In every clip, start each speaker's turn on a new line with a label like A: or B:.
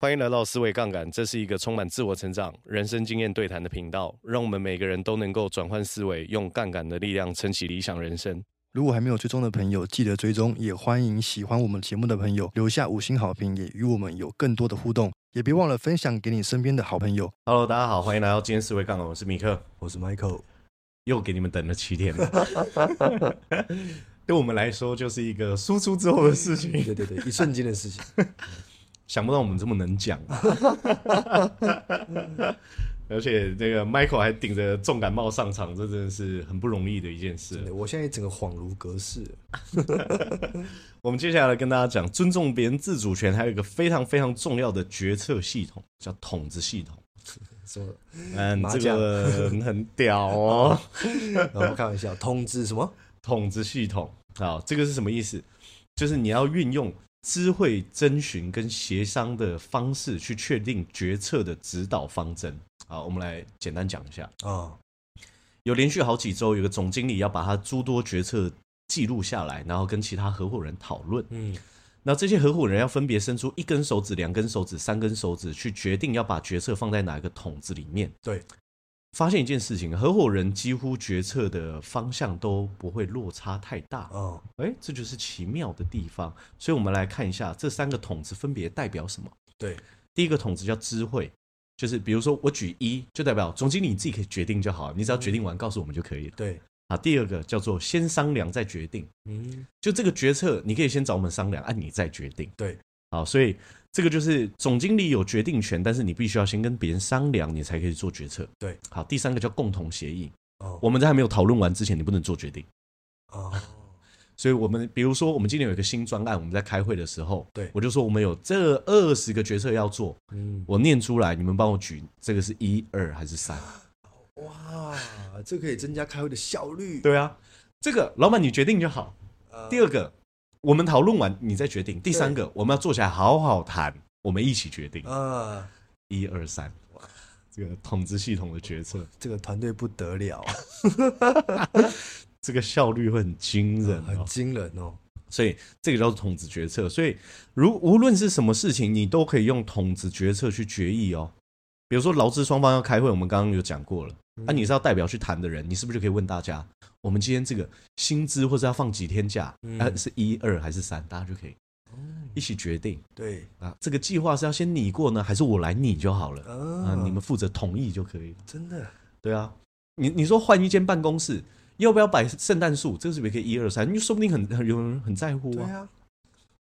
A: 欢迎来到思维杠杆，这是一个充满自我成长、人生经验对谈的频道，让我们每个人都能够转换思维，用杠杆的力量撑起理想人生。
B: 如果还没有追踪的朋友，记得追踪，也欢迎喜欢我们节目的朋友留下五星好评，也与我们有更多的互动，也别忘了分享给你身边的好朋友。
A: Hello，大家好，欢迎来到今天思维杠杆，我是米克，
B: 我是 Michael，
A: 又给你们等了七天 了。对我们来说，就是一个输出之后的事情。
B: 对对对，一瞬间的事情。
A: 想不到我们这么能讲、 啊，而且那个 Michael 还顶着重感冒上场，这真的是很不容易的一件事。
B: 我现在整个恍如隔世。
A: 我们接下来跟大家讲，尊重别人自主权，还有一个非常非常重要的决策系统，叫统治系统。
B: 什么？
A: 嗯，
B: 麻
A: 这
B: 将
A: 个 很屌哦，
B: 然后呃开玩笑，通知什么？
A: 统治系统。好，这个是什么意思？就是你要运用智慧征询跟协商的方式去确定决策的指导方针。好，我们来简单讲一下。
B: 啊、
A: 有连续好几周，有个总经理要把他诸多决策记录下来，然后跟其他合伙人讨论。
B: 嗯，
A: 那这些合伙人要分别伸出一根手指、两根手指、三根手指，去决定要把决策放在哪个桶子里面。
B: 对，
A: 发现一件事情，合伙人几乎决策的方向都不会落差太大。
C: 啊
B: 哦，
A: 哎，这就是奇妙的地方。所以，我们来看一下这三个桶子分别代表什么。
B: 对，
A: 第一个桶子叫智慧，就是比如说我举一，就代表总经理你自己可以决定就好，你只要决定完告诉我们就可以了。
B: 对，
A: 啊，第二个叫做先商量再决定，
B: 嗯，
A: 就这个决策你可以先找我们商量，啊，你再决定。
B: 对，
A: 好，所以这个就是总经理有决定权，但是你必须要先跟别人商量，你才可以做决策。
B: 对，
A: 好，第三个叫共同协议，
B: 哦，
A: 我们在还没有讨论完之前，你不能做决定。
B: 哦，
A: 所以我们比如说，我们今年有一个新专案，我们在开会的时候，
B: 对
A: 我就说我们有这二十个决策要做，
B: 嗯，
A: 我念出来，你们帮我举这个是一二还是三？
B: 哇，这可以增加开会的效率。
A: 对啊，这个老板你决定就好。
B: 呃
A: 第二个，我们讨论完你再决定。第三个，我们要坐下来好好谈，我们一起决定。
B: 啊，
A: 一二三，这个统治系统的决策，
B: 这个团队不 得了，
A: 这个效率会很惊人
B: 很
A: 哦。
B: 惊人哦。
A: 所以这个叫做统治决策。所以如无论是什么事情，你都可以用统治决策去决议哦。比如说劳资双方要开会，我们刚刚有讲过了。
B: 嗯
A: 那、你是要代表去谈的人，你是不是就可以问大家，我们今天这个薪资或者要放几天假，
B: 嗯哦
A: 呃，是一二还是三？大家就可以一起决定。
B: 对，
A: 啊，这个计划是要先你过呢，还是我来拟就好了？啊，
B: 啊，
A: 你们负责同意就可以了。
B: 真的
A: 对啊，你你说换一间办公室，要不要摆圣诞树？这个是不是可以一二三？因为说不定很很有人很在乎
B: 对
A: 啊。
B: 啊，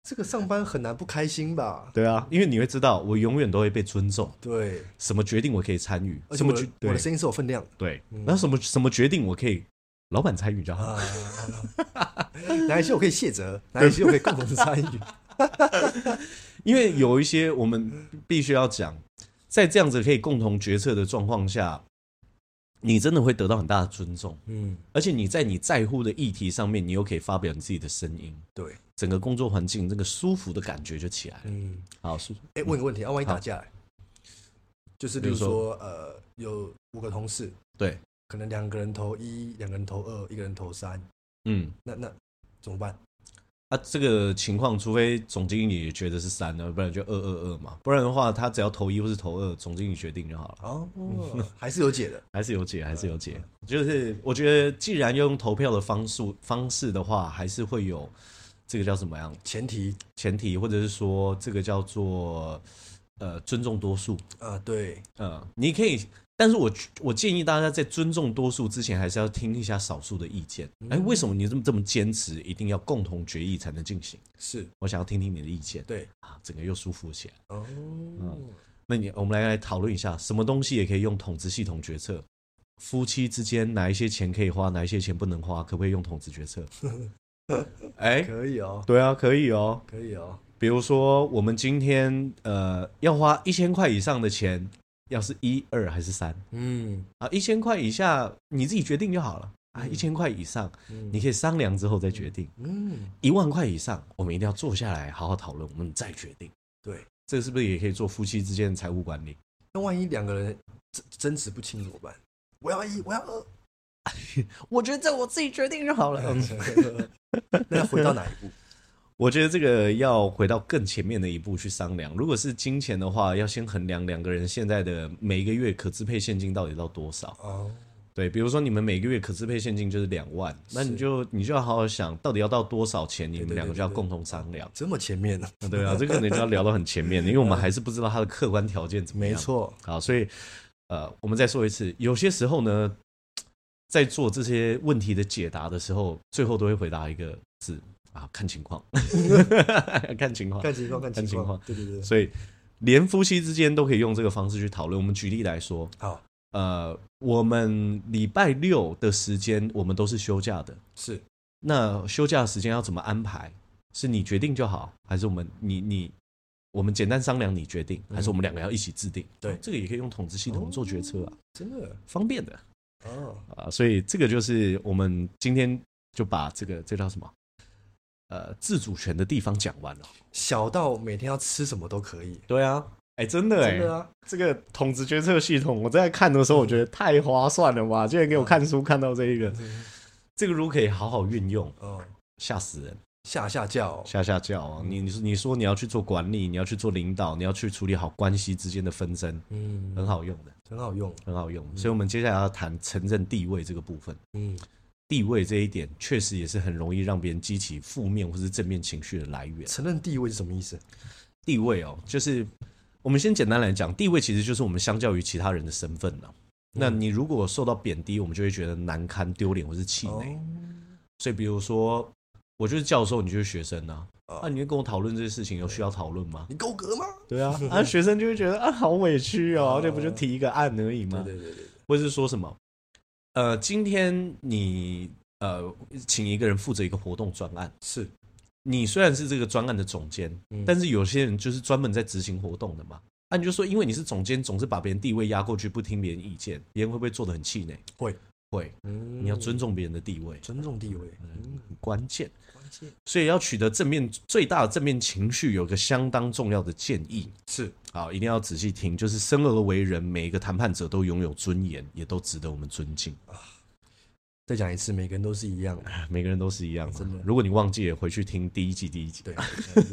B: 这个上班很难不开心吧？
A: 对啊，因为你会知道，我永远都会被尊重，
B: 对，
A: 什么决定我可以参与，
B: 而且
A: 什么
B: 我
A: 决
B: 的我
A: 对
B: 的声音是有分量的
A: 对，然后什么什么决定我可以老板参与就好。
B: 啊，哪一些我可以卸 责，哪一些我可以共同参与？
A: 因为有一些我们必须要讲，在这样子可以共同决策的状况下，你真的会得到很大的尊重。
B: 嗯，
A: 而且你在你在乎的议题上面，你又可以发表你自己的声音，
B: 对，
A: 整个工作环境那个舒服的感觉就起来了。
B: 嗯，
A: 好，是
B: 哎，问个问题，啊，万一打架欸，就是例如
A: 比如
B: 说，呃，有五个同事，
A: 对，
B: 可能两个人投一，两个人投二，一个人投三，
A: 嗯，
B: 那那怎么办？
A: 啊，这个情况，除非总经理也觉得是三呢，不然就二二二嘛，不然的话，他只要投一或是投二，总经理决定就好了。
B: 哦，还是有解的，
A: 还是有解，还是有解。就是我觉得，既然用投票的方式方式的话，还是会有这个叫什么样
B: 前提
A: 前提，或者是说这个叫做呃尊重多数。
B: 啊，对，
A: 呃，你可以，但是我我建议大家在尊重多数之前，还是要听一下少数的意见。哎、为什么你这么这么坚持，一定要共同决议才能进行？
B: 是，
A: 我想要听听你的意见，
B: 对，
A: 啊，整个又舒服起来。
B: 哦，
A: 那你我们来来讨论一下，什么东西也可以用统治系统决策？夫妻之间哪一些钱可以花，哪一些钱不能花，可不可以用统治决策？哎、
B: 可以哦，
A: 对啊，可以哦。
B: 可以哦，
A: 比如说，我们今天呃要花一千块以上的钱，要是一二还是三？
B: 嗯，
A: 啊，一千块以下你自己决定就好了。啊，一千块以上，你可以商量之后再决定。
B: 嗯，
A: 一万块以上，我们一定要坐下来好好讨论，我们再决定。
B: 对，
A: 这是不是也可以做夫妻之间的财务管理？
B: 那万一两个人争争执不清怎么办？我要一，我要二，
A: 我觉得这我自己决定就好了。
B: 那要回到哪一步？
A: 嗯我觉得这个要回到更前面的一步去商量。如果是金钱的话，要先衡量两个人现在的每一个月可支配现金到底到多少。
B: 哦，
A: 对，比如说你们每个月可支配现金就是两万，那你就你就要好好想到底要到多少钱，你们两个就要共同商量。
B: 这么前面呢、
A: 对啊，这个可能就要聊到很前面，因为我们还是不知道它的客观条件怎么
B: 没
A: 样。
B: 错，
A: 好，所以呃，我们再说一次，有些时候呢，在做这些问题的解答的时候，最后都会回答一个字啊，看情 况，看情况。
B: 看情况，看
A: 看情况
B: 对对对，
A: 所以连夫妻之间都可以用这个方式去讨论。我们举例来说，
B: 好
A: 呃，我们礼拜六的时间我们都是休假的，
B: 是
A: 那休假时间要怎么安排？是你决定就好，还是我们你你我们简单商量你决定，还是我们两个要一起制定？
B: 嗯
A: 啊
B: 对哦
A: 这个也可以用统治系统做决策啊，
B: 真的
A: 方便的
B: 哦，
A: 啊。所以这个就是我们今天就把这个这叫什么？呃，自主权的地方讲完了。
B: 小到每天要吃什么都可以，
A: 对啊，哎、真的哎、
B: 真的啊，
A: 这个统治决策系统，我在看的时候，我觉得太划算了吧！竟然给我看书看到这一个，嗯这个如果可以好好运用，
B: 嗯哦，
A: 吓死人，
B: 下下教、哦，
A: 吓吓叫啊！你你说你说你要去做管理，你要去做领导，你要去处理好关系之间的纷争，
B: 嗯，
A: 很好用的，
B: 很好用，
A: 很好用的。所以，我们接下来要谈承认地位这个部分。
B: 嗯，
A: 地位这一点，确实也是很容易让别人激起负面或是正面情绪的来源。
B: 承认地位是什么意思？
A: 地位哦，就是我们先简单来讲，地位其实就是我们相较于其他人的身份了。那
B: 嗯
A: 你如果受到贬低，我们就会觉得难堪、丢脸或是气馁。
B: 哦
A: 所以，比如说，我就是教授，你就是学生啊，
B: 哦
A: 啊，你会跟我讨论这些事情，有需要讨论吗？
B: 你够格吗？
A: 对啊，啊，学生就会觉得啊，好委屈哦，这不就提一个案而已吗？
B: 对对对对，
A: 或是说什么，呃，今天你呃，请一个人负责一个活动专案，
B: 是，
A: 你虽然是这个专案的总监，
B: 嗯
A: 但是有些人就是专门在执行活动的嘛。那、你就说，因为你是总监，总是把别人地位压过去，不听别人意见，别人会不会做的很气馁？
B: 会，
A: 会。
B: 嗯
A: 你要尊重别人的地位，
B: 尊重地位，嗯，
A: 很关键。
B: 关键
A: 所以要取得正面最大的正面情绪，有个相当重要的建议，
B: 是
A: 好，一定要仔细听。就是生而为人，每一个谈判者都拥有尊严，也都值得我们尊敬。
B: 再讲一次，每个人都是一样的，
A: 每个人都是一样的
B: 真的。
A: 如果你忘记了，回去听第一季第一集。
B: 对，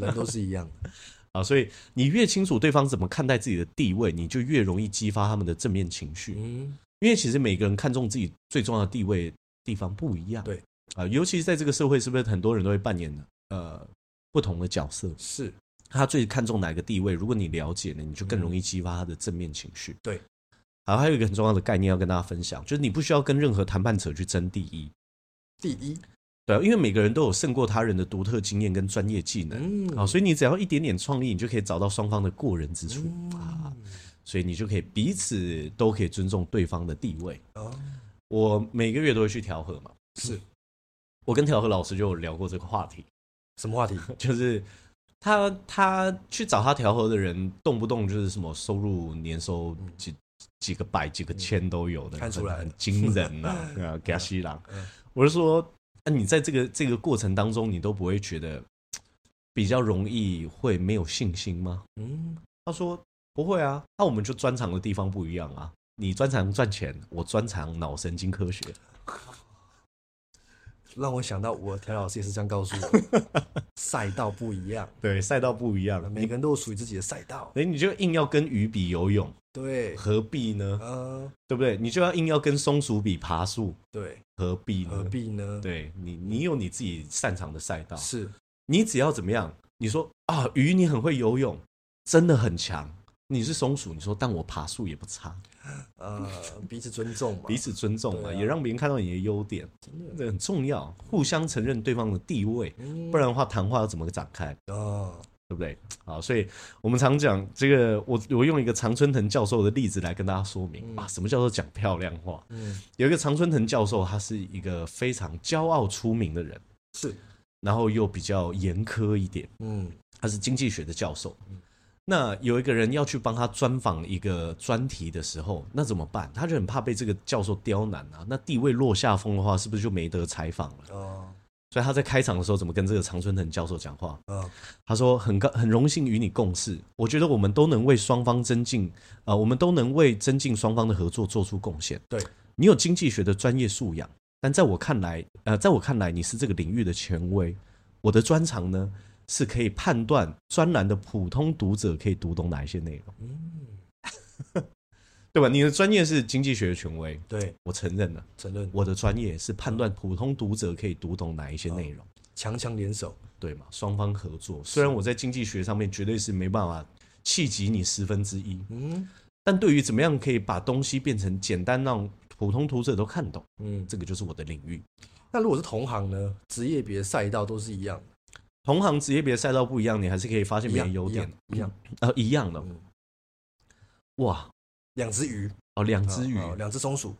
B: 人都是一样的，
A: 啊，所以你越清楚对方怎么看待自己的地位，你就越容易激发他们的正面情绪。
B: 嗯，
A: 因为其实每个人看重自己最重要的地位地方不一样。
B: 对
A: 啊、尤其是在这个社会，是不是很多人都会扮演呃不同的角色？
B: 是
A: 他最看重哪一个地位？如果你了解了，你就更容易激发他的正面情绪。
B: 嗯对，
A: 好，还有一个很重要的概念要跟大家分享，就是你不需要跟任何谈判者去争第一。
B: 第一，
A: 对啊，因为每个人都有胜过他人的独特经验跟专业技能。
B: 嗯
A: 啊，所以你只要一点点创意，你就可以找到双方的过人之处、啊，
B: 嗯，
A: 所以你就可以彼此都可以尊重对方的地位。
B: 哦，嗯
A: 我每个月都会去调和嘛，
B: 是
A: 我跟调和老师就有聊过这个话题，
B: 什么话题？
A: 就是他他去找他调和的人，动不动就是什么收入年收几几个百几个千都有的，
B: 看出来
A: 很
B: 了
A: 很惊人 呐、啊，对啊，给他吸狼
B: 嗯。
A: 我是说，那、你在这个这个过程当中，你都不会觉得比较容易会没有信心吗？
B: 嗯，
A: 他说不会啊，那、我们就专长的地方不一样啊。你专长赚钱，我专长脑神经科学。
B: 让我想到我田老师也是这样告诉我， 赛道不一样，
A: 对，赛道不一样，
B: 每个人都有属于自己的赛道。
A: 哎，你就硬要跟鱼比游泳，
B: 对，
A: 何必呢？
B: 呃，
A: 对不对？你就要硬要跟松鼠比爬树，
B: 对，
A: 何必呢？
B: 何？必呢？，
A: 嗯对啊你，你有你自己擅长的赛道，
B: 是
A: 你只要怎么样？你说啊，鱼你很会游泳，真的很强。你是松鼠，你说但我爬树也不差，
B: 呃， 彼此尊重嘛，
A: 彼此尊重嘛，
B: 对啊
A: 也让别人看到你的优点，这很重要。互相承认对方的地位，
B: 嗯
A: 不然的话谈话要怎么展开？
B: 哦，
A: 对不对？好，所以我们常讲这个，我我用一个常春藤教授的例子来跟大家说明、啊，什么叫做讲漂亮话？
B: 嗯，
A: 有一个常春藤教授，他是一个非常骄傲出名的人，
B: 是，
A: 然后又比较严苛一点，
B: 嗯，
A: 他是经济学的教授。那有一个人要去帮他专访一个专题的时候，那怎么办？他就很怕被这个教授刁难啊。那地位落下风的话，是不是就没得采访了？
B: 哦，
A: 所以他在开场的时候怎么跟这个常春藤教授讲话？
B: 哦，
A: 他说很高很荣幸与你共事，我觉得我们都能为双方增进，呃，我们都能为增进双方的合作做出贡献。
B: 对
A: 你有经济学的专业素养，但在我看来，呃，在我看来你是这个领域的权威。我的专长呢是可以判断专栏的普通读者可以读懂哪一些内容，
C: 嗯，
A: 对吧？你的专业是经济学的权威，
C: 对，
A: 我承认了，
C: 承认，
A: 我的专业是判断普通读者可以读懂哪一些内容，
C: 强强联手，
A: 对吗？双方合作，虽然我在经济学上面绝对是没办法气及你十分之一，
C: 嗯
A: 但对于怎么样可以把东西变成简单让普通读者都看懂，
C: 嗯。
A: 这个就是我的领域。
C: 那如果是同行呢？职业别赛道都是一样的，
A: 同行职业别的赛道不一样，你还是可以发现
C: 一
A: 别人
C: 样
A: 优
C: 一
A: 点
C: 样。一样，
A: 呃，一样的，
C: 嗯
A: 哇，
C: 两只鱼，
A: 哦，两只鱼，
C: 啊啊两只松鼠，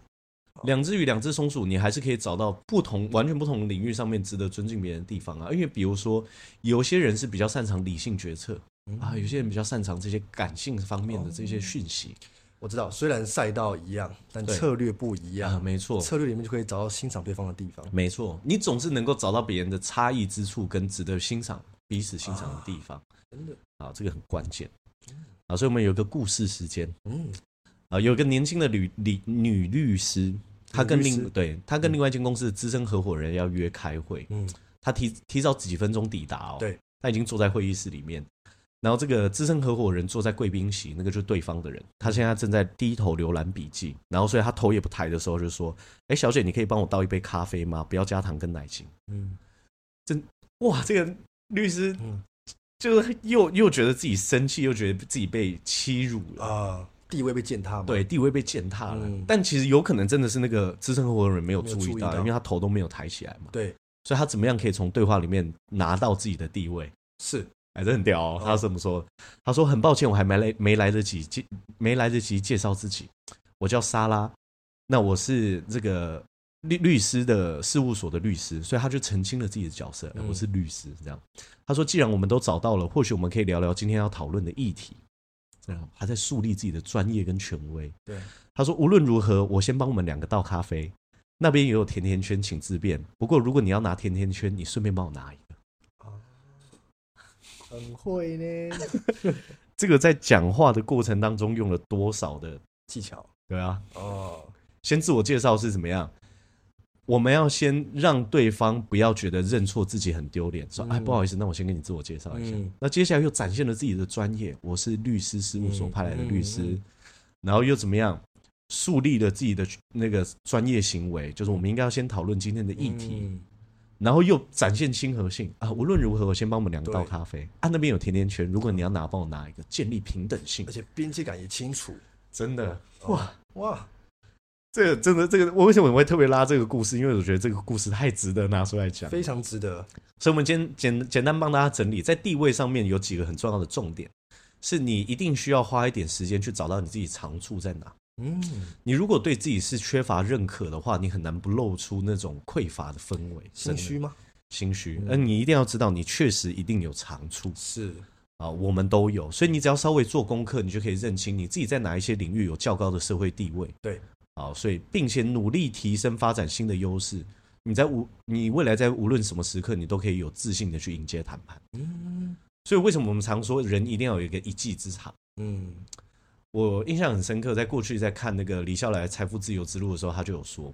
A: 两只鱼，两只松鼠，你还是可以找到不同、完全不同领域上面值得尊敬别人的地方啊。因为比如说，有些人是比较擅长理性决策
C: 嗯哦
A: 啊，有些人比较擅长这些感性方面的这些讯息
C: 我知道，虽然赛道一样，但
A: 对
C: 策略不一
A: 啊，
C: 样。
A: 没错。
C: 策略里面就可以找到欣赏对方的地方。
A: 没错，你总是能够找到别人的差异之处跟值得欣赏、彼此欣赏的地方
C: 真的，
A: 啊，这个很关键啊。所以我们有个故事时间
C: 嗯，
A: 啊，有个年轻的女律女律师，她跟
C: 女律
A: 另
C: 师
A: 对她跟另外一间公司的资深合伙人要约开会，
C: 嗯，
A: 她提提早几分钟抵达哦，
C: 对，
A: 她已经坐在会议室里面。然后这个资深合伙人坐在贵宾席，那个就是对方的人，他现在正在低头浏览笔记，然后所以他头也不抬的时候就说：“哎，小姐，你可以帮我倒一杯咖啡吗？不要加糖跟奶精。”
C: 嗯
A: 哇，这个律师
C: 嗯
A: 就是又又觉得自己生气，又觉得自己被欺辱了，
C: 啊，地位被践踏嘛。
A: 对，地位被践踏了。
C: 嗯
A: 但其实有可能真的是那个资深合伙人没有
C: 没有
A: 注
C: 注
A: 意
C: 意
A: 到，
C: 到
A: 因为他头都没有抬起来嘛，
C: 对，
A: 所以他怎么样可以从对话里面拿到自己的地位？
C: 是
A: 哎，这很屌哦！他怎么说？他说：“很抱歉，我还没来，没来得及介，没来得及介绍自己。我叫莎拉，那我是这个律律师的事务所的律师，所以他就澄清了自己的角色，哎
C: 嗯
A: 我是律师。这样，他说，既然我们都找到了，或许我们可以聊聊今天要讨论的议题。这样，他在树立自己的专业跟权威。
C: 对，
A: 他说，无论如何，我先帮我们两个倒咖啡，那边也有甜甜圈，请自便。不过，如果你要拿甜甜圈，你顺便帮我拿一个。”
C: 很会呢，
A: 这个在讲话的过程当中用了多少的？
C: 技巧
A: 对啊，
C: 哦，
A: 先自我介绍是怎么样？我们要先让对方不要觉得认错自己很丢脸，说
C: 嗯
A: 哎不好意思，那我先跟你自我介绍一下
C: 嗯。
A: 那接下来又展现了自己的专业，我是律师事务所
C: 嗯
A: 派来的律
C: 嗯
A: 师
C: 嗯，
A: 然后又怎么样？树立了自己的那个专业行为，就是我们应该要先讨论今天的议题，
C: 嗯
A: 然后又展现亲和性啊。无论如何，我先帮我们两个
C: 对
A: 倒咖啡啊，那边有甜甜圈，如果你要拿，帮我拿一个，建立平等性
C: 而。且边界感也清楚。
A: 真的
C: 哦
A: 哇，
C: 哇，
A: 这个真的这个，我为什么我会特别拉这个故事？因为我觉得这个故事太值得拿出来讲。
C: 非常值得。
A: 所以，我们简简简单帮大家整理，在地位上面有几个很重要的重点，是你一定需要花一点时间去找到你自己长处在哪。
C: 嗯，
A: 你如果对自己是缺乏认可的话，你很难不露出那种匮乏的氛围，
C: 心
A: 真
C: 虚
A: 的
C: 吗？
A: 心虚。
C: 嗯
A: 而你一定要知道，你确实一定有长处
C: 是，
A: 啊，我们都有。所以，你只要稍微做功课，你就可以认清你自己在哪一些领域有较高的社会地位。
C: 对，
A: 好，所以并且努力提升发展新的优势，你在无你未来在无论什么时刻，你都可以有自信的去迎接谈判。
C: 嗯
A: 所以为什么我们常说人一定要有一个一技之长？
C: 嗯
A: 我印象很深刻，在过去在看那个李笑来《财富自由之路》的时候，他就有说，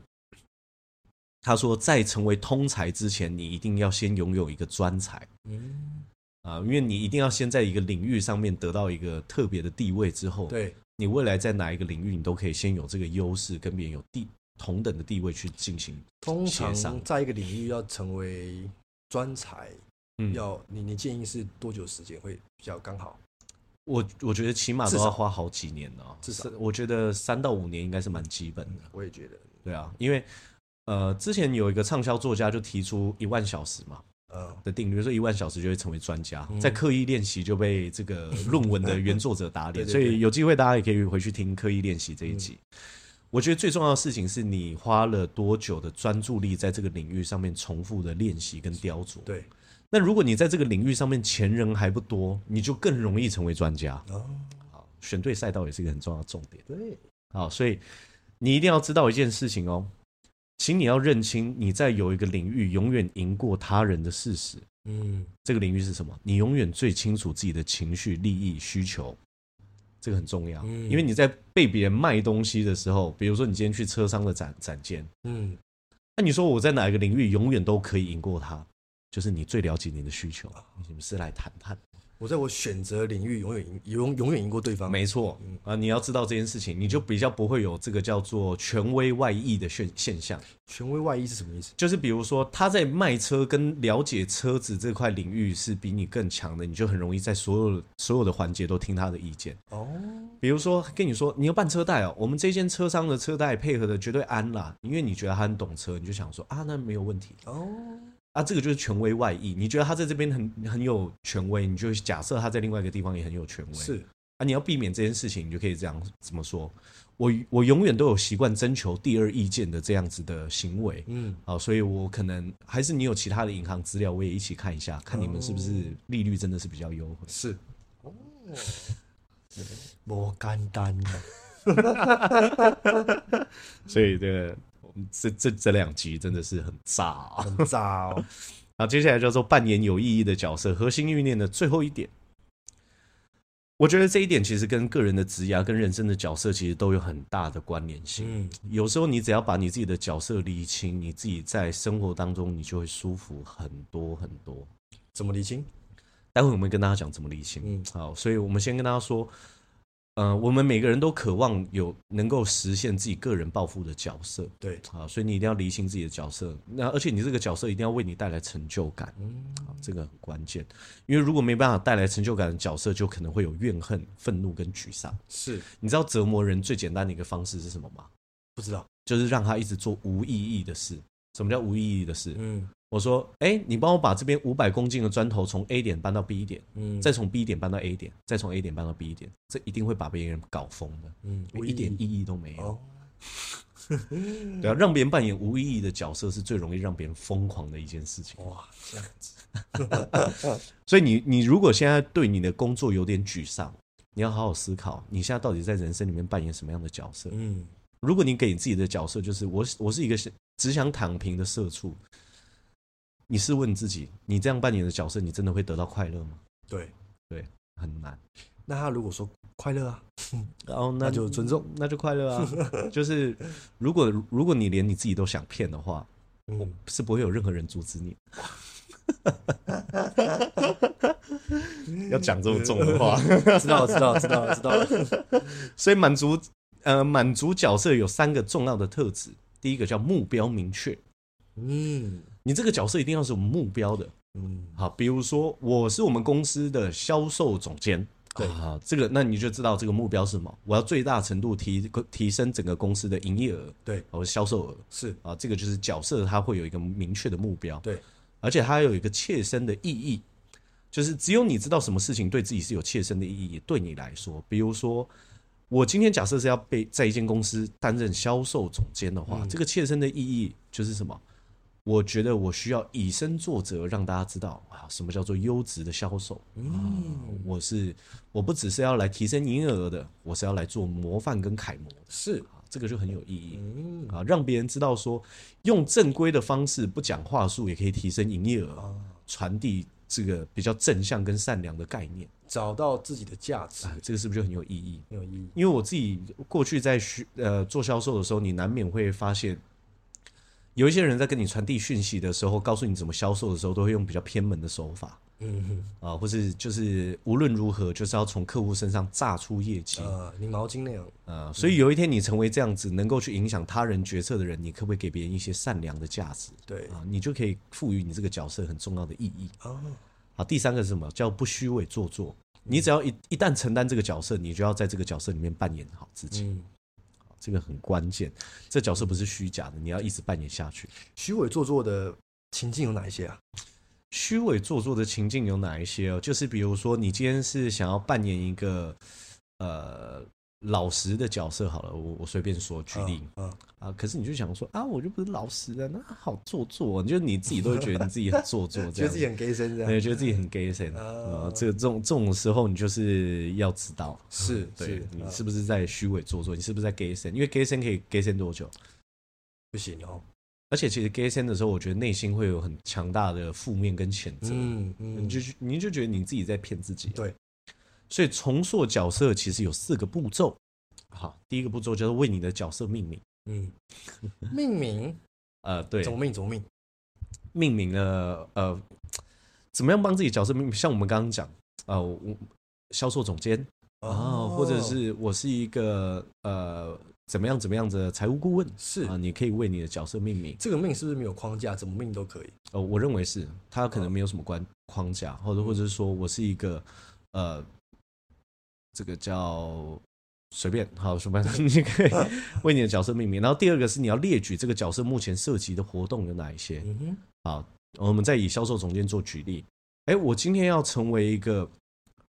A: 他说在成为通才之前，你一定要先拥有一个专才。
C: 嗯，
A: 啊，因为你一定要先在一个领域上面得到一个特别的地位之后，
C: 对，
A: 你未来在哪一个领域，你都可以先有这个优势，跟别人有地同等的地位去进行
C: 通常
A: 协商
C: 在一个领域要成为专才，
A: 嗯
C: 要你你建议是多久时间会比较刚好？
A: 我我觉得起码都
C: 至少
A: 要花好几年呢、
C: 至少
A: 是我觉得三到五年应该是蛮基本的。
C: 我也觉得，
A: 对啊，因为呃，之前有一个畅销作家就提出一万小时嘛
C: 嗯，
A: 的定律，说一万小时就会成为专家，
C: 嗯
A: 在刻意练习就被这个论文的原作者打脸，
C: 对对嗯
A: 所
C: 对
A: 以有机会大家也可以回去听刻意练习这一集。我觉得最重要的事情是你花了多久的专注力在这个领域上面重复的练习跟雕琢。
C: 对，
A: 那如果你在这个领域上面前人还不多，你就更容易成为专家。
C: 哦，
A: 选对赛道也是一个很重要的重点。
C: 对，
A: 好，所以你一定要知道一件事情哦，请你要认清你在有一个领域永远赢过他人的事实。
C: 嗯，
A: 这个领域是什么？你永远最清楚自己的情绪、利益、需求，这个很重要。
C: 嗯
A: 因为你在被别人卖东西的时候，比如说你今天去车商的展展间，
C: 嗯，
A: 那你说我在哪一个领域永远都可以赢过他？就是你最了解你的需求，你们是来谈判。
C: 我在我选择领域永远赢，永永远赢过对方。
A: 没错啊，你要知道这件事情，你就比较不会有这个叫做权威外溢的现现象。
C: 权威外衣是什么意思？
A: 就是比如说，他在卖车跟了解车子这块领域是比你更强的，你就很容易在所有所有的环节都听他的意见。
C: 哦，
A: 比如说跟你说你要办车贷哦，我们这间车商的车贷配合的绝对安啦，因为你觉得他很懂车，你就想说啊，那没有问题
C: 哦，
A: 啊，这个就是权威外溢。你觉得他在这边很很有权威，你就假设他在另外一个地方也很有权威。
C: 是
A: 啊，你要避免这件事情，你就可以这样怎么说？我我永远都有习惯征求第二意见的这样子的行为。
C: 嗯，
A: 啊，所以我可能还是你有其他的银行资料，我也一起看一下，看你们是不是利率哦真的是比较优惠。
C: 是。哦，不简单啊，
A: 所以这个我们这这这两集真的是很炸啊！
C: 很渣哦。
A: 然后接下来叫做扮演有意义的角色，核心欲念的最后一点。我觉得这一点其实跟个人的职涯跟人生的角色其实都有很大的关联性。
C: 嗯，
A: 有时候你只要把你自己的角色理清，你自己在生活当中你就会舒服很多很多。
C: 怎么理清？
A: 待会我们跟大家讲怎么理性。
C: 嗯
A: 好，所以我们先跟大家说，呃，我们每个人都渴望有能够实现自己个人抱负的角色
C: 对，
A: 啊，所以你一定要理清自己的角色。那而且你这个角色一定要为你带来成就感，
C: 嗯，
A: 啊，这个很关键。因为如果没办法带来成就感的角色，就可能会有怨恨、愤怒跟沮丧。
C: 是
A: 你知道折磨人最简单的一个方式是什么吗？
C: 不知道。
A: 就是让他一直做无意义的事。什么叫无意义的事？
C: 嗯
A: 我说，哎、你帮我把这边五百公斤的砖头从 A 点搬到 B 点，
C: 嗯，
A: 再从 B 点搬到 A 点，再从 A 点搬到 B 点，这一定会把别人搞疯的，
C: 嗯，
A: 因为一点意义都没有。
C: 哦，
A: 对啊，让别人扮演无意义的角色是最容易让别人疯狂的一件事情。
C: 哇，这样子，
A: 所以你你如果现在对你的工作有点沮丧，你要好好思考，你现在到底在人生里面扮演什么样的角色？
C: 嗯，
A: 如果你给你自己的角色就是我我是一个是只想躺平的社畜，你试问自己，你这样扮演的角色，你真的会得到快乐吗？
C: 对。
A: 很难。
C: 那他如果说快乐啊，
A: 然后
C: 那就尊重，
A: 那就快乐啊。 就是如果如果你连你自己都想骗的话，
C: 嗯，
A: 是不会有任何人阻止你。 要讲这么重的话，
C: 嗯知道了知道了知道了知 道了，
A: 所以满足呃满足角色有三个重要的特质，第一个叫目标明确，
C: 嗯
A: 你这个角色一定要是有目标的。
C: 嗯，
A: 好，比如说我是我们公司的销售总监，
C: 对
A: 啊，这个那你就知道这个目标是什么，我要最大程度提提升整个公司的营业额，
C: 对，
A: 我销售额，
C: 是
A: 啊，这个就是角色他会有一个明确的目标，
C: 对，
A: 而且他有一个切身的意义，就是只有你知道什么事情对自己是有切身的意义，对你来说，比如说。我今天假设是要被在一间公司担任销售总监的
C: 嗯
A: 话，这个切身的意义就是什么？我觉得我需要以身作则，让大家知道啊，什么叫做优质的销售。嗯，我是我不只是要来提升营业额的，我是要来做模范跟楷模的
C: 是，
A: 啊，这个就很有意义。
C: 嗯
A: 啊，让别人知道说，用正规的方式，不讲话术，也可以提升营业额，啊传递这个比较正向跟善良的概念，
C: 找到自己的价值
A: 啊，这个是不是就很有意义？
C: 很有意义，
A: 因为我自己过去在学呃做销售的时候，你难免会发现，有一些人在跟你传递讯息的时候，告诉你怎么销售的时候，都会用比较偏门的手法
C: 嗯
A: 啊、或是就是无论如何就是要从客户身上榨出业绩。
C: 呃，拧毛巾那样，
A: 呃，所以有一天你成为这样子能够去影响他人决策的人，你可不可以给别人一些善良的价值？
C: 对
A: 啊，你就可以赋予你这个角色很重要的意义。
C: 哦，
A: 好，第三个是什么？叫不虚伪做作。你只要一一旦承担这个角色，你就要在这个角色里面扮演好自己，
C: 嗯，
A: 这个很关键。这角色不是虚假的，你要一直扮演下去。
C: 虚伪做作的情境有哪一些啊？
A: 虚伪做作的情境有哪一些哦？就是比如说，你今天是想要扮演一个呃老实的角色，好了，我我随便说举例，
C: 嗯，
A: 啊，可是你就想说啊，我就不是老实人，那好做作、哦，你就你自己都会觉得你自己很做 作，这
C: 嗯觉得
A: 样
C: 自己很 gay 身这
A: 对，
C: 样，
A: 觉得自己很 gay 神
C: 啊
A: 啊，这个这种这种时候，你就是要知道，
C: 是
A: 对
C: 是
A: 你
C: 啊
A: 是不是在虚伪做作，你是不是在 gay 神？因为 gay 神可以 gay 神多久？
C: 不行哦，
A: 而且其实 gay 神的时候，我觉得内心会有很强大的负面跟谴责，
C: 嗯
A: 你
C: 嗯
A: 就，你就觉得你自己在骗自己。
C: 对，
A: 所以重塑角色其实有四个步骤。好，第一个步骤就是为你的角色命名。
C: 嗯， 命名
A: 呃，对，
C: 怎么命怎么命，
A: 命名了呃怎么样帮自己角色命名？像我们刚刚讲啊，呃我我销售总监啊，
C: 哦
A: 或者是我是一个呃怎么样怎么样的财务顾问
C: 是
A: 啊，你可以为你的角色命名。
C: 这个命是不是没有框架，怎么命都可以？
A: 呃，我认为是他可能没有什么关框架，或者或者是说我是一个呃，这个叫随便 好什么，你可以为你的角色命名。然后第二个是你要列举这个角色目前涉及的活动有哪一些。
C: 嗯哼，
A: 好，呃我们再以销售总监做举例。哎，我今天要成为一个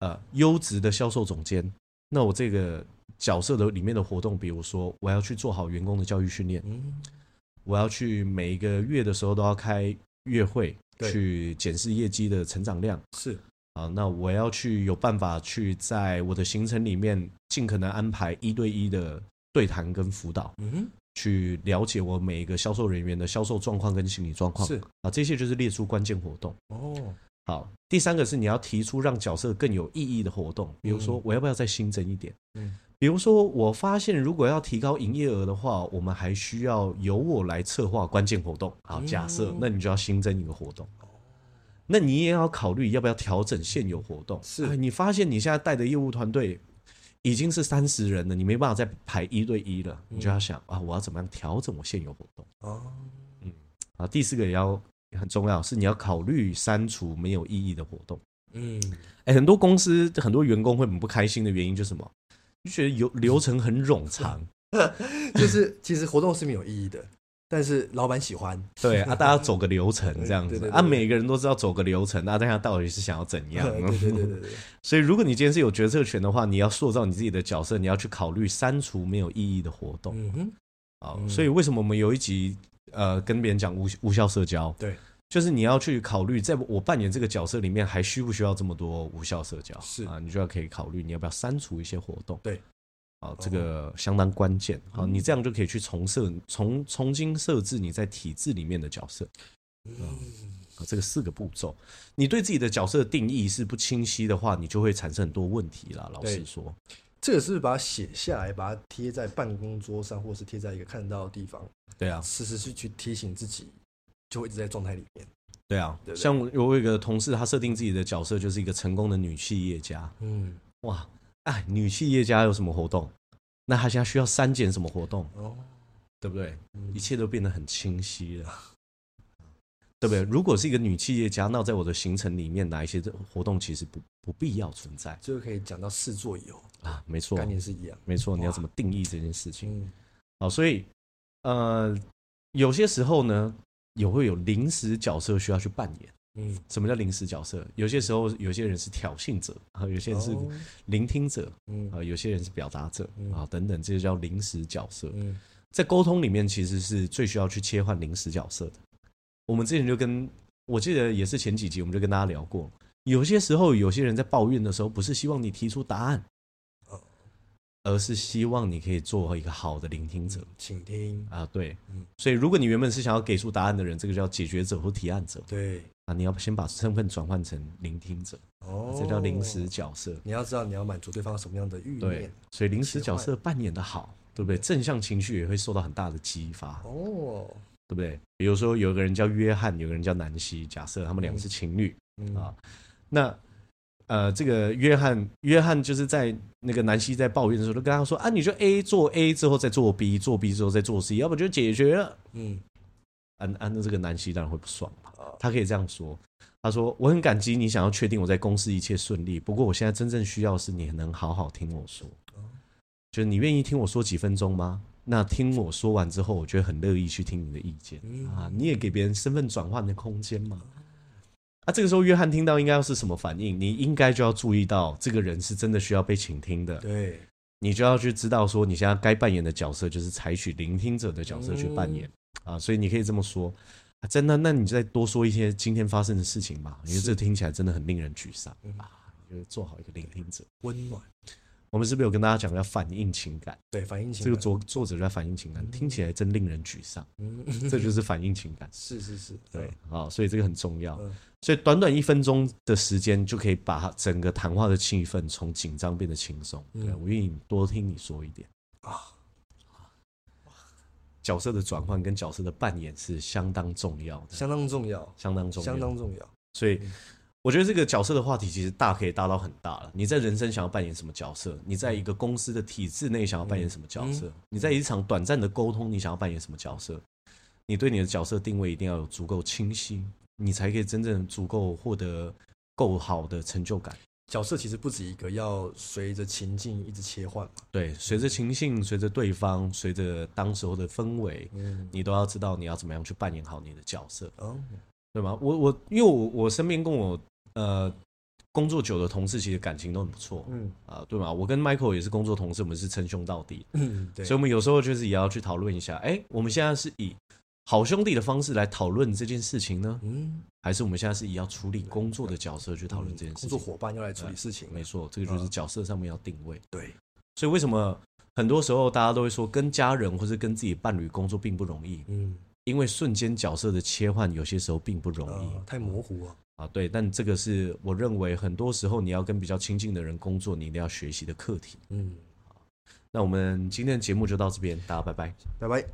A: 呃优质的销售总监，那我这个角色的里面的活动，比如说我要去做好员工的教育训练，
C: 嗯，
A: 我要去每一个月的时候都要开月会，
C: 对
A: 去检视业绩的成长量
C: 是
A: 啊。那我要去有办法去在我的行程里面尽可能安排一对一的对谈跟辅导，
C: 嗯
A: 去了解我每一个销售人员的销售状况跟心理状
C: 哼，
A: 况。
C: 是
A: 啊，这些就是列出关键活动。
C: 哦，
A: 好，第三个是你要提出让角色更有意义的活动，比如说
C: 嗯
A: 我要不要再新增一点？
C: 嗯
A: 比如说我发现如果要提高营业额的话，我们还需要由我来策划关键活动。好，假设
C: 嗯
A: 那你就要新增一个活动。那你也要考虑要不要调整现有活动。
C: 是
A: 哎你发现你现在带的业务团队已经是三十人了，你没办法再排一对一了，
C: 嗯
A: 你就要想、啊，我要怎么样调整我现有活动。
C: 哦，
A: 啊，第四个也要很重要，是你要考虑删除没有意义的活动。
C: 嗯，
A: 哎、很多公司很多员工会很不开心的原因就是什么？就觉得流流程很冗 长，
C: 就是其实活动是没有意义的，但是老板喜欢，
A: 对啊，大家走个流程这样
C: 对
A: 子
C: 对对
A: 啊，
C: 对
A: 每个人都知道走个流程，那啊大家到底是想要 怎样？
C: 对对对对对，
A: 所以，如果你今天是有决策权的话，你要塑造你自己的角色，你要去考虑删除没有意义的活动
C: 嗯哼，
A: 啊、
C: 嗯
A: 所以，为什么我们有一集呃跟别人讲无无效社交？
C: 对，
A: 就是你要去考虑，在我扮演这个角色里面，还需不需要这么多无效社交？
C: 是
A: 啊，你就要可以考虑你要不要删除一些活动。
C: 对，嗯
A: 好，这个相当关键。好，你这样就可以去重设、重重新设置你在体制里面的角色。
C: 嗯，
A: 啊，这个四个步骤，你对自己的角色的定义是不清晰的话，你就会产生很多问题啦。老实
C: 对
A: 说，
C: 这个是不是把它写下来，把它贴在办公桌上，或是贴在一个看得到的地方，
A: 对啊，
C: 时时去去提醒自己，就会一直在状态里面。
A: 对啊。
C: 对不对
A: 像我有一个同事，她设定自己的角色就是一个成功的女企业家。
C: 嗯，
A: 哇，哎，女企业家有什么活动？那她现在需要删减什么活动？
C: 哦，
A: 对不对？
C: 嗯
A: 一切都变得很清晰了，对不对？如果是一个女企业家，那在我的行程里面，哪一些的活动其实不不必要存在
C: 这个可以讲到事做以后，
A: 啊？没错
C: 概，念是一样。
A: 没错，你要怎么定义这件事情？
C: 嗯，
A: 好，所以呃，有些时候呢，也会有临时角色需要去扮演。
C: 嗯，
A: 什么叫临时角色？有些时候，有些人是挑衅者啊，有些人是
C: 哦
A: 聆听者
C: 嗯
A: 啊，有些人是表达者
C: 嗯
A: 啊，等等，这就叫临时角色。
C: 嗯，
A: 在沟通里面其实是最需要去切换临时角色的。我们之前就跟我记得也是前几集我们就跟大家聊过，有些时候有些人在抱怨的时候，不是希望你提出答案
C: 哦，
A: 而是希望你可以做一个好的聆听者
C: 请听，
A: 啊。对
C: 嗯，
A: 所以如果你原本是想要给出答案的人，这个叫解决者或提案者
C: 对，
A: 啊，你要先把身份转换成聆听者，
C: 哦，
A: 这叫临时。角色。
C: 你要知道你要满足对方什么样的欲
A: 对
C: 念。，
A: 所以临时
C: 切
A: 角
C: 换
A: 色扮演的好，对不对？正向情绪也会受到很大的激发。
C: 哦，
A: 对不对？比如说有个人叫约翰，有个人叫南希，假设他们俩
C: 嗯
A: 是情侣，
C: 嗯
A: 啊那呃，这个约翰，约翰就是在那个南希在抱怨的时候，就跟他说啊，你就 A 做 A 之后再做 B，做 B 之后再做 C，要不就解决了。
C: 嗯，
A: 按按照这个南希当然会不爽嘛
C: 啊，
A: 他可以这样说，他说我很感激你想要确定我在公司一切顺利，不过我现在真正需要的是你能好好听我说，
C: 哦
A: 就是你愿意听我说几分钟吗？那听我说完之后，我觉得很乐意去听你的意见
C: 嗯
A: 啊，你也给别人身份转换的空间嘛。啊，这个时候约翰听到应该要是什么反应？你应该就要注意到这个人是真的需要被倾听的，
C: 对，
A: 你就要去知道说，你现在该扮演的角色就是采取聆听者的角色去扮演、
C: 嗯
A: 啊，所以你可以这么说。啊、真的，那你再多说一些今天发生的事情吧，因为
C: 是
A: 这听起来真的很令人沮丧
C: 嗯
A: 啊。就是做好一个聆听者。
C: 温暖，
A: 我们是不是有跟大家讲要反映情感？
C: 对，反应情
A: 这个
C: 感
A: 作作者就在反映情感，听起来真令人沮 丧，
C: 嗯，
A: 这就是反映情感。
C: 是是是，
A: 对
C: 对，，
A: 好，所以这个很重要
C: 嗯。
A: 所以短短一分钟的时间，就可以把整个谈话的气氛从紧张变得轻松。
C: 嗯
A: 对我愿意多听你说一点
C: 啊。
A: 角色的转换跟角色的扮演是相当重要的，
C: 相当重要，
A: 相当重要。
C: 相当重要。
A: 所以，我觉得这个角色的话题其实大可以大到很大了。你在人生想要扮演什么角色？你在一个公司的体制内想要扮演什么角色？你在一场短暂的沟通，你想要扮演什么角色？你对你的角色定位一定要有足够清晰，你才可以真正足够获得够好的成就感。
C: 角色其实不止一个，要随着情境一直切换嘛。
A: 对，随着情境，随着对方，随着当时候的氛围，
C: 嗯，
A: 你都要知道你要怎么样去扮演好你的角色。
C: 哦，
A: 对吗？我我因为我我身边跟我呃工作久的同事，其实感情都很不错
C: 嗯
A: 啊、对吗？我跟 Michael 也是工作同事，我们是称兄道弟，
C: 嗯， 对
A: 所以，我们有时候就是也要去讨论一下，哎，我们现在是以好兄弟的方式来讨论这件事情呢，
C: 嗯，
A: 还是我们现在是以要处理工作的角色去讨论这件事
C: 工
A: 情？
C: 作伙伴要来处理事情，嗯
A: 没错，这个就是角色上面要定位。
C: 对，
A: 所以为什么很多时候大家都会说，跟家人或是跟自己伴侣工作并不容易，
C: 嗯，
A: 因为瞬间角色的切换有些时候并不容易。
C: 呃，太模糊了，
A: 啊，对，但这个是我认为很多时候你要跟比较亲近的人工作，你一定要学习的课题。
C: 嗯，
A: 那我们今天的节目就到这边，大家拜拜。
C: 拜拜。